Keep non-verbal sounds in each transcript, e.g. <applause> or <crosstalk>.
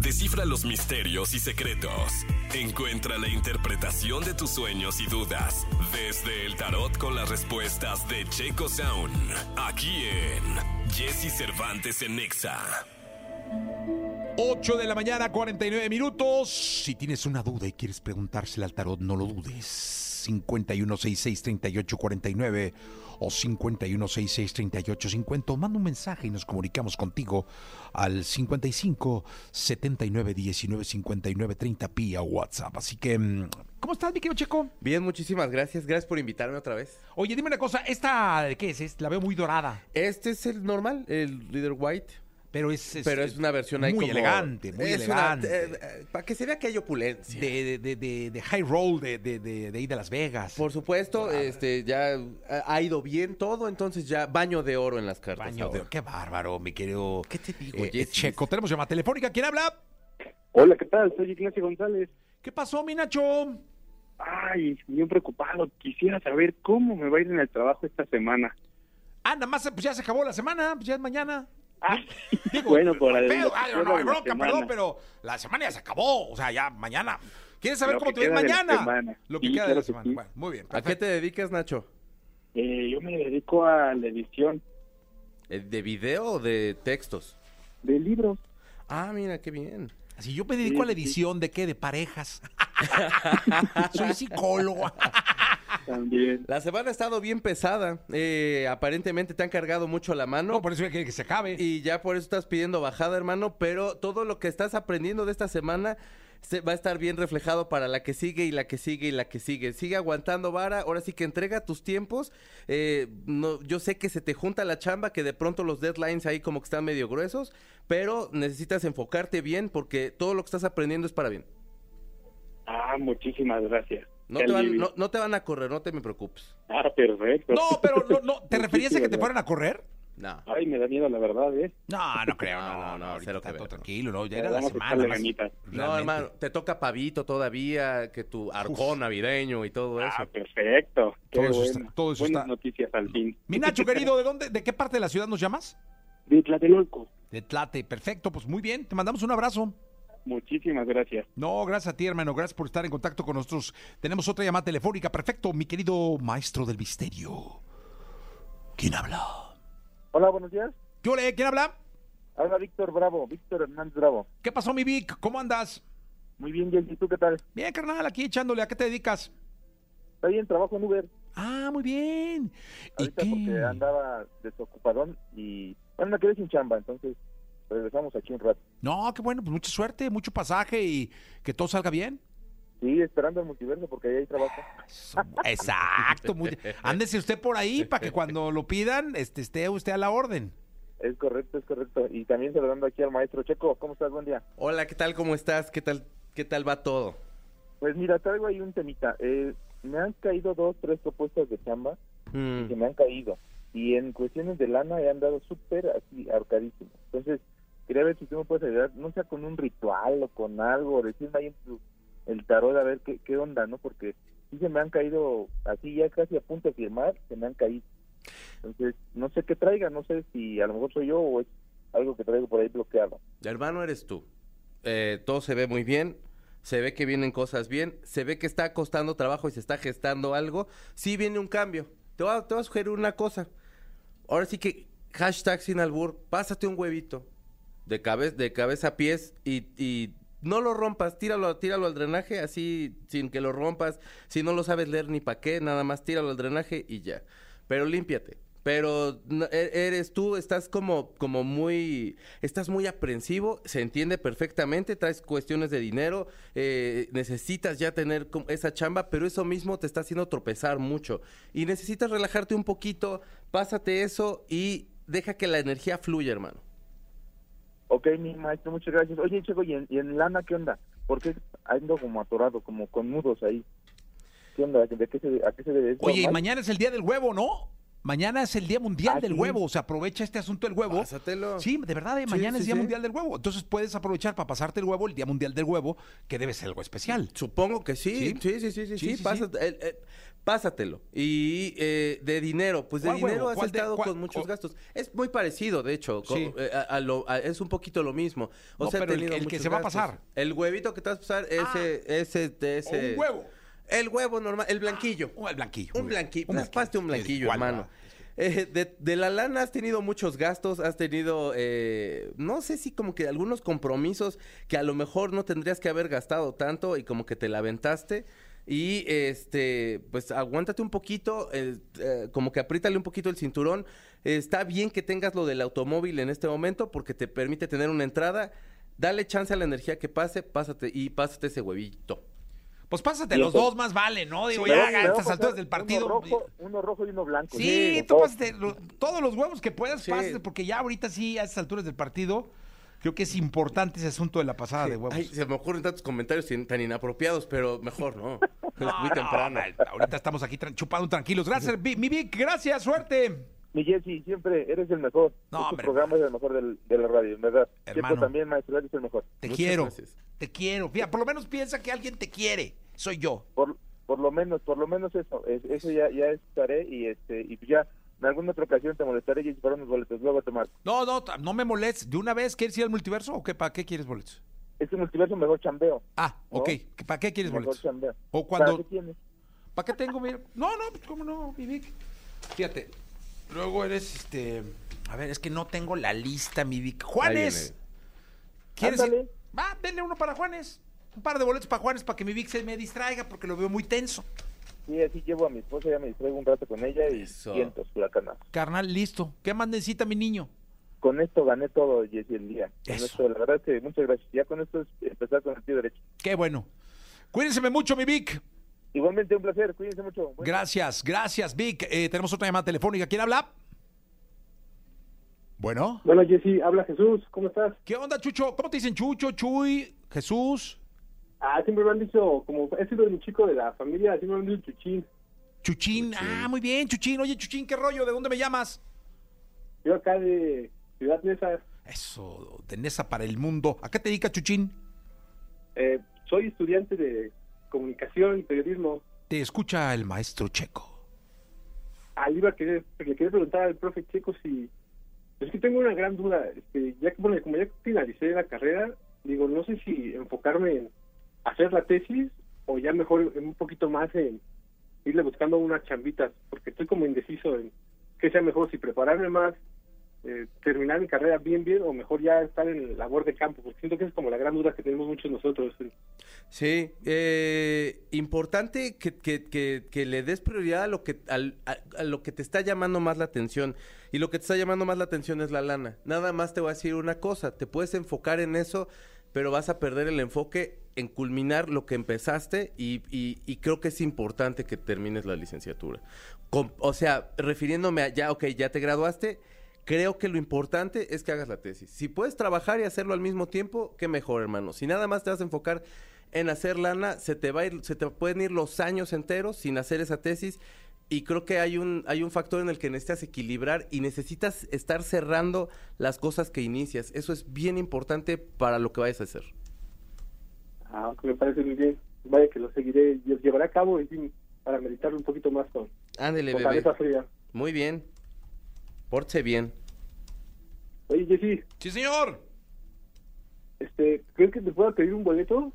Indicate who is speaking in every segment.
Speaker 1: descifra los misterios y secretos. Encuentra la interpretación de tus sueños y dudas desde el tarot con las respuestas de Checo Sound. Aquí en Jesse Cervantes en Nexa.
Speaker 2: 8 de la mañana, 49 minutos. Si tienes una duda y quieres preguntársela al tarot, no lo dudes. 5166-3849 o 5166-3850. Manda un mensaje y nos comunicamos contigo al 55 79 19 59 30 pía WhatsApp. Así que, mm, ¿cómo estás, mi querido Checo?
Speaker 3: Bien, muchísimas gracias. Gracias por invitarme otra vez.
Speaker 2: Oye, dime una cosa. ¿Esta qué es? Es- La veo muy dorada,
Speaker 3: Este es el normal, el Leader White,
Speaker 2: pero es. es-
Speaker 3: pero es una versión ahí
Speaker 2: muy
Speaker 3: como-
Speaker 2: elegante, muy
Speaker 3: Es una-
Speaker 2: elegante.
Speaker 3: eh, eh, para que se vea que hay opulencia.
Speaker 2: de, de, de, de- de high roll de, de, de, de ahí de Las Vegas.
Speaker 3: Por supuesto, este ya ha- ha ido bien todo, entonces ya baño de oro en las cartas.
Speaker 2: Baño de-
Speaker 3: ahora.
Speaker 2: Qué bárbaro, mi querido.
Speaker 3: ¿Qué te digo,
Speaker 2: eh,
Speaker 3: Jessis?
Speaker 2: Checo, tenemos llamada telefónica. ¿Quién habla?
Speaker 4: Hola, ¿qué tal? Soy Ignacio González.
Speaker 2: ¿Qué pasó, mi Nacho?
Speaker 4: Ay, bien preocupado. Quisiera saber cómo me va a ir en el trabajo esta semana.
Speaker 2: Ah, nada más, pues ya se acabó la semana, pues ya es mañana.
Speaker 4: Ah,
Speaker 2: <laughs> Digo,
Speaker 4: bueno, por
Speaker 2: al
Speaker 4: el-
Speaker 2: pedo,
Speaker 4: lo que
Speaker 2: ay,
Speaker 4: queda
Speaker 2: no, hay
Speaker 4: de la
Speaker 2: bronca,
Speaker 4: semana.
Speaker 2: perdón, pero la semana ya se acabó, o sea, ya mañana. ¿Quieres saber
Speaker 4: Lo
Speaker 2: cómo
Speaker 4: que
Speaker 2: te ves
Speaker 4: queda de la
Speaker 2: mañana?
Speaker 4: semana.
Speaker 2: Lo que
Speaker 4: Sí,
Speaker 2: queda de
Speaker 4: claro
Speaker 2: la
Speaker 4: que
Speaker 2: semana.
Speaker 4: sí.
Speaker 2: Bueno, muy bien.
Speaker 3: ¿A qué te dedicas, Nacho?
Speaker 4: Eh, yo me dedico a la edición
Speaker 3: Eh, ¿De video o de textos?
Speaker 4: de libros.
Speaker 3: Ah, mira, qué bien.
Speaker 2: Si yo me dedico a la
Speaker 4: Sí, sí.
Speaker 2: edición de qué, de parejas. <laughs> Soy psicólogo. Ah,
Speaker 4: También.
Speaker 3: La semana ha estado bien pesada. Eh, aparentemente te han cargado mucho la mano.
Speaker 2: No, por eso ya quiere que se acabe.
Speaker 3: Y ya por eso estás pidiendo bajada, hermano, pero todo lo que estás aprendiendo de esta semana se va a estar bien reflejado para la que sigue y la que sigue y la que sigue. Sigue aguantando vara, ahora sí que entrega tus tiempos. Eh, no, yo sé que se te junta la chamba, que de pronto los deadlines ahí como que están medio gruesos, pero necesitas enfocarte bien porque todo lo que estás aprendiendo es para bien.
Speaker 4: Ah, muchísimas gracias.
Speaker 3: No,
Speaker 4: Qué
Speaker 3: te van,
Speaker 4: alivio.
Speaker 3: no, no te van a correr, no te me preocupes.
Speaker 4: Ah, perfecto.
Speaker 2: No, pero no, no, ¿te referías a que te
Speaker 4: Muchísimas
Speaker 2: fueran a correr?
Speaker 3: No.
Speaker 4: gracias. Ay, me da miedo, la verdad, ¿eh?
Speaker 2: No,
Speaker 3: <laughs>
Speaker 2: no creo, no,
Speaker 3: No,
Speaker 2: no,
Speaker 3: no,
Speaker 2: no, ahorita
Speaker 3: cero que
Speaker 2: está
Speaker 3: ver,
Speaker 2: todo
Speaker 3: no.
Speaker 2: tranquilo, no, ya
Speaker 4: Le
Speaker 2: era la
Speaker 4: vamos a
Speaker 2: semana.
Speaker 4: echarle
Speaker 2: más-
Speaker 4: ganitas.
Speaker 3: No,
Speaker 2: realmente.
Speaker 3: hermano, te toca pavito todavía, que tu arcón navideño y todo eso.
Speaker 4: Ah, perfecto. Qué
Speaker 2: Todo eso
Speaker 4: bueno.
Speaker 2: está- todo eso
Speaker 4: Buenas
Speaker 2: está-
Speaker 4: noticias al fin.
Speaker 2: Mi Nacho, querido, ¿de dónde, de qué parte de la ciudad nos llamas?
Speaker 4: <laughs> De Tlatelolco.
Speaker 2: De Tlate, perfecto, pues muy bien, te mandamos un abrazo.
Speaker 4: Muchísimas gracias.
Speaker 2: No, gracias a ti, hermano, gracias por estar en contacto con nosotros. Tenemos otra llamada telefónica, perfecto, mi querido maestro del misterio. ¿Quién habla?
Speaker 4: Hola, buenos días.
Speaker 2: ¿Qué ole? ¿Quién habla?
Speaker 4: Habla Víctor Bravo, Víctor Hernández Bravo.
Speaker 2: ¿Qué pasó, mi Vic? ¿Cómo andas?
Speaker 4: Muy bien, Jessy, ¿tú qué tal?
Speaker 2: Bien, carnal, aquí echándole, ¿a qué te dedicas?
Speaker 4: Está bien, trabajo en Uber.
Speaker 2: Ah, muy bien. ¿Y
Speaker 4: Ahorita
Speaker 2: qué?
Speaker 4: porque andaba desocupadón y bueno, me quedé sin chamba, entonces regresamos aquí un rato.
Speaker 2: No, qué bueno, pues mucha suerte, mucho pasaje y que todo salga bien.
Speaker 4: Sí, esperando el multiverso porque ahí hay trabajo.
Speaker 2: Eso, Exacto. Muy... Ándese usted por ahí para que cuando lo pidan este, esté usted a la orden.
Speaker 4: Es correcto, es correcto. Y también saludando aquí al maestro Checo. ¿Cómo estás? Buen día.
Speaker 3: Hola, ¿qué tal? ¿Cómo estás? ¿Qué tal? ¿Qué tal va todo?
Speaker 4: Pues mira, traigo ahí un temita. Eh, me han caído dos, tres propuestas de chamba
Speaker 3: Mm,
Speaker 4: que me han caído. Y en cuestiones de lana he andado súper así, ahorcadísimo. Entonces, quería ver si tú me puedes ayudar, no sea con un ritual o con algo, o decirme ahí en tu- el tarot a ver qué, qué onda, ¿no? Porque sí se me han caído, así ya casi a punto de firmar, se me han caído. Entonces, no sé qué traiga, no sé si a lo mejor soy yo o es algo que traigo por ahí bloqueado.
Speaker 3: Hermano, eres tú. Eh, todo se ve muy bien. Se ve que vienen cosas bien. Se ve que está costando trabajo y se está gestando algo. Sí viene un cambio. Te voy a, te voy a sugerir una cosa. Ahora sí que hashtag sin albur. Pásate un huevito de, cabe- de cabeza a pies y, y no lo rompas. Tíralo, tíralo al drenaje así sin que lo rompas. Si no lo sabes leer ni pa' qué, nada más tíralo al drenaje y ya. Pero límpiate. Pero no- e- eres tú, estás como, como muy, estás muy aprensivo, se entiende perfectamente, traes cuestiones de dinero, eh, necesitas ya tener como esa chamba, pero eso mismo te está haciendo tropezar mucho. Y necesitas relajarte un poquito, pásate eso y deja que la energía fluya, hermano.
Speaker 4: Ok, mi maestro, muchas gracias. Oye, Checo, ¿y en, y en lana qué onda? Porque ando como atorado, como con nudos ahí. ¿Qué onda? ¿De qué se, ¿A qué se debe? ¿Es
Speaker 2: Oye, y
Speaker 4: normal?
Speaker 2: mañana es el día del huevo, ¿no? Mañana es el Día
Speaker 3: Ah,
Speaker 2: Mundial del Huevo, o sea, aprovecha este asunto del huevo.
Speaker 3: Pásatelo.
Speaker 2: Sí, de verdad, eh,
Speaker 3: Ah, Sí,
Speaker 2: mañana es
Speaker 3: sí,
Speaker 2: Día
Speaker 3: sí.
Speaker 2: Mundial del Huevo. Entonces puedes aprovechar para pasarte el huevo, el Día Mundial del Huevo, que debe ser algo especial.
Speaker 3: Supongo que sí.
Speaker 2: ¿Sí?
Speaker 3: Sí, sí, sí, sí, sí.
Speaker 2: Sí, sí,
Speaker 3: pásate- el- el- pásatelo. Y eh, de dinero, pues de
Speaker 2: ¿Cuál huevo?
Speaker 3: dinero has
Speaker 2: ¿Cuál de-
Speaker 3: estado
Speaker 2: cuál-
Speaker 3: con muchos
Speaker 2: o-
Speaker 3: gastos. Es muy parecido, de hecho, co-
Speaker 2: Sí.
Speaker 3: eh, a- a lo- a- es un poquito lo mismo. O
Speaker 2: No,
Speaker 3: sea, he
Speaker 2: pero el-
Speaker 3: tenido
Speaker 2: el que
Speaker 3: muchos
Speaker 2: se va a
Speaker 3: gastos.
Speaker 2: pasar. Ah.
Speaker 3: El huevito que te vas a pasar, ese, ese, de ese.
Speaker 2: un huevo. Ah,
Speaker 3: El huevo normal, el blanquillo.
Speaker 2: O el blanquillo.
Speaker 3: Un
Speaker 2: muy bien.
Speaker 3: blanquillo, pues, hazte un blanquillo,
Speaker 2: ¿Cuál?
Speaker 3: hermano. Eh, de, de la lana has tenido muchos gastos, has tenido, eh, no sé si como que algunos compromisos que a lo mejor no tendrías que haber gastado tanto y como que te la aventaste. Y este, pues aguántate un poquito, eh, eh, como que apriétale un poquito el cinturón. Eh, está bien que tengas lo del automóvil en este momento porque te permite tener una entrada. Dale chance a la energía que pase, pásate y pásate ese huevito.
Speaker 2: Pues pásate
Speaker 4: Y
Speaker 2: los
Speaker 4: eso-
Speaker 2: dos más vale, ¿no? Digo,
Speaker 4: Pero
Speaker 2: ya
Speaker 4: me
Speaker 2: a
Speaker 4: va a
Speaker 2: estas
Speaker 4: pasar
Speaker 2: alturas del partido.
Speaker 4: Uno rojo, uno rojo y uno blanco.
Speaker 2: Sí,
Speaker 4: Con
Speaker 2: tú
Speaker 4: todo.
Speaker 2: pásate lo- todos los huevos que puedas,
Speaker 3: Sí.
Speaker 2: pásate, porque ya ahorita sí, a estas alturas del partido, creo que es importante ese asunto de la pasada de huevos.
Speaker 3: Ay, se me ocurren tantos comentarios in- tan inapropiados, pero mejor
Speaker 2: <laughs>
Speaker 3: no. es muy
Speaker 2: No,
Speaker 3: temprano.
Speaker 2: no, ahorita estamos aquí tran- chupando tranquilos. Gracias, Vi- mi Vic, gracias, suerte.
Speaker 4: Mi Jesse, siempre eres el mejor.
Speaker 2: No,
Speaker 4: este
Speaker 2: hombre.
Speaker 4: programa es el mejor del- de la radio, en verdad.
Speaker 2: Hermano.
Speaker 4: Siempre también, maestro, eres el mejor.
Speaker 2: Te
Speaker 3: Muchas
Speaker 2: quiero,
Speaker 3: gracias.
Speaker 2: te quiero. Mira, por lo menos piensa que alguien te quiere. Soy yo.
Speaker 4: Por, por lo menos, por lo menos eso. Es- eso ya, ya estaré y este y ya en alguna otra ocasión te molestaré, Jesse, para unos boletos. Luego te marco.
Speaker 2: No, no, ta- no me molestes. ¿De una vez quieres ir al multiverso o qué? ¿Para qué quieres boletos?
Speaker 4: Este multiverso mejor chambeo.
Speaker 2: Ah,
Speaker 4: ¿No?
Speaker 2: ok. ¿Para qué quieres
Speaker 4: mejor
Speaker 2: boletos?
Speaker 4: chambeo.
Speaker 2: O cuando-
Speaker 4: ¿Para qué tienes?
Speaker 2: ¿Para qué tengo? mira? No, no, pues cómo no, mi Vic. Fíjate, luego eres este. A ver, es que no tengo la lista, mi Vic. Juanes,
Speaker 3: viene.
Speaker 2: ¿quieres ir?
Speaker 4: Ándale.
Speaker 2: Va, denle uno para Juanes. Un par de boletos para Juanes para que mi Vic se me distraiga porque lo veo muy tenso.
Speaker 4: Sí, así llevo a mi esposa, ya me distraigo un rato con ella y
Speaker 3: Eso.
Speaker 4: cientos huracanazos.
Speaker 2: Carnal, listo. ¿Qué más necesita mi niño?
Speaker 4: Con esto gané todo, Jesse, el día. Con
Speaker 2: Eso.
Speaker 4: esto, la verdad es que muchas gracias. Ya con esto es empezar con el pie derecho.
Speaker 2: Qué bueno. Cuídenseme mucho, mi Vic.
Speaker 4: Igualmente, un placer. Cuídense mucho. Buen-
Speaker 2: Gracias, gracias, Vic. Eh, tenemos otra llamada telefónica. ¿Quién habla? Bueno.
Speaker 5: Bueno, Jessy, habla Jesús, ¿cómo estás?
Speaker 2: ¿Qué onda, Chucho? ¿Cómo te dicen Chucho, Chuy, Jesús?
Speaker 5: Ah, siempre me han dicho, como he sido el chico de la familia, siempre me han dicho chuchín.
Speaker 2: Chuchín. Ah, muy bien, Chuchín. Oye, Chuchín, ¿qué rollo? ¿De dónde me llamas?
Speaker 5: Yo acá de Ciudad Neza,
Speaker 2: Eso, tenesa para el mundo. ¿A qué te dedicas, Chuchín?
Speaker 5: eh, soy estudiante de comunicación y periodismo.
Speaker 2: Te escucha el maestro Checo.
Speaker 5: Al iba a querer, le quería preguntar al profe Checo si... Es que tengo una gran duda, este, ya que, bueno, como ya finalicé la carrera, digo, no sé si enfocarme en hacer la tesis o ya mejor en un poquito más en irle buscando unas chambitas, porque estoy como indeciso en qué sea mejor, si prepararme más, eh, terminar mi carrera bien, bien, o mejor ya estar en labor de campo, porque siento que es como la gran duda que tenemos muchos nosotros.
Speaker 3: Sí, eh, importante que, que- que- que le des prioridad a lo, que, al- a, a lo que te está llamando más la atención. Y lo que te está llamando más la atención es la lana. Nada más te voy a decir una cosa, te puedes enfocar en eso, pero vas a perder el enfoque en culminar lo que empezaste y, y- y creo que es importante que termines la licenciatura. Con- o sea, refiriéndome a ya, ok, ya te graduaste, Creo que lo importante es que hagas la tesis. Si puedes trabajar y hacerlo al mismo tiempo, qué mejor, hermano. Si nada más te vas a enfocar en hacer lana, se te va a ir- se te pueden ir los años enteros sin hacer esa tesis. Y creo que hay un, hay un factor en el que necesitas equilibrar y necesitas estar cerrando las cosas que inicias. Eso es bien importante para lo que vayas a hacer.
Speaker 5: Ah, me parece muy bien. Vaya que lo seguiré, lo llevaré a cabo y sí, para meditarlo un poquito más con,
Speaker 3: Ándele,
Speaker 5: con
Speaker 3: bebé.
Speaker 5: cabeza fría.
Speaker 3: Muy bien. Porte bien.
Speaker 5: Oye, Jessy,
Speaker 2: Sí, señor.
Speaker 5: Este, ¿crees que te pueda pedir un boleto?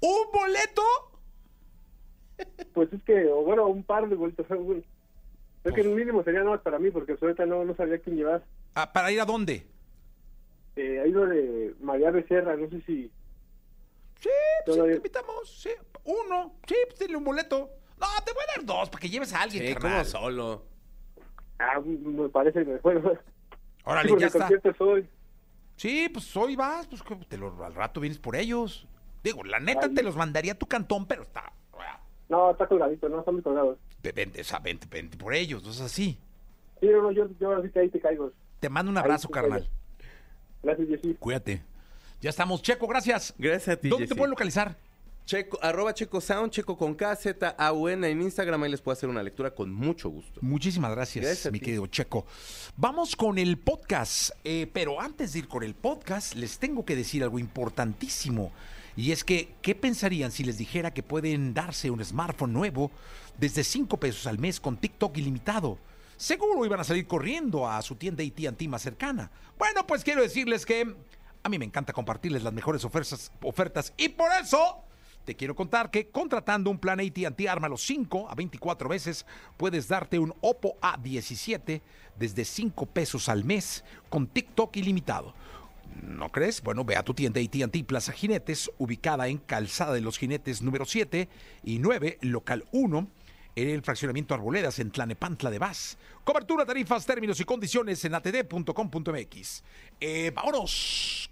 Speaker 2: ¿Un boleto?
Speaker 5: Pues es que, o bueno, un par de boletos. <laughs> bueno. Es que el mínimo sería nada más para mí, porque pues, ahorita no, no sabía quién llevar.
Speaker 2: Ah, ¿Para ir a dónde?
Speaker 5: Eh, ahí lo de María Becerra, no sé si...
Speaker 2: Sí, pues sí,
Speaker 5: Todavía-
Speaker 2: te invitamos. Sí, uno. Sí, pues denle un boleto. No, te voy a dar dos para que lleves a alguien,
Speaker 3: Sí, como
Speaker 2: carnal.
Speaker 3: Eh, solo.
Speaker 5: Ah, me parece <laughs> mejor.
Speaker 2: Órale,
Speaker 5: porque
Speaker 2: ya
Speaker 5: el
Speaker 2: está.
Speaker 5: concierto es hoy.
Speaker 2: Sí, pues hoy vas, pues que te lo- al rato vienes por ellos. Digo, la neta te los mandaría a tu cantón, pero está.
Speaker 5: No, está colgadito, no, están muy colgados.
Speaker 2: ve- Vente, o sea, vente, vente por ellos, no es así.
Speaker 5: Sí, no, no, yo, yo ahora sí que ahí te caigo.
Speaker 2: Te mando un abrazo,
Speaker 5: sí,
Speaker 2: carnal.
Speaker 5: oye. Gracias, Jessy.
Speaker 2: Cuídate. Ya estamos, Checo, gracias.
Speaker 3: Gracias a ti.
Speaker 2: ¿Dónde te
Speaker 3: Jesse.
Speaker 2: pueden localizar?
Speaker 3: Checo, arroba Checo Sound, Checo con K, Z, A, U, N en Instagram. Ahí les puedo hacer una lectura con mucho gusto.
Speaker 2: Muchísimas gracias,
Speaker 3: Gracias a
Speaker 2: mi
Speaker 3: ti.
Speaker 2: querido Checo. Vamos con el podcast, eh, pero antes de ir con el podcast, les tengo que decir algo importantísimo. Y es que, ¿qué pensarían si les dijera que pueden darse un smartphone nuevo desde 5 pesos al mes con TikTok ilimitado? Seguro iban a salir corriendo a su tienda AT&T más cercana. Bueno, pues quiero decirles que a mí me encanta compartirles las mejores ofertas, ofertas y por eso... Te quiero contar que contratando un plan AT&T Arma los 5 a 24 veces puedes darte un Oppo A17 desde 5 pesos al mes con TikTok ilimitado. ¿No crees? Bueno, ve a tu tienda AT&T Plaza Jinetes, ubicada en Calzada de los Jinetes número 7 y 9, local 1, en el fraccionamiento Arboledas en Tlanepantla de Vaz. Cobertura, tarifas, términos y condiciones en atd.com.mx. Eh, vámonos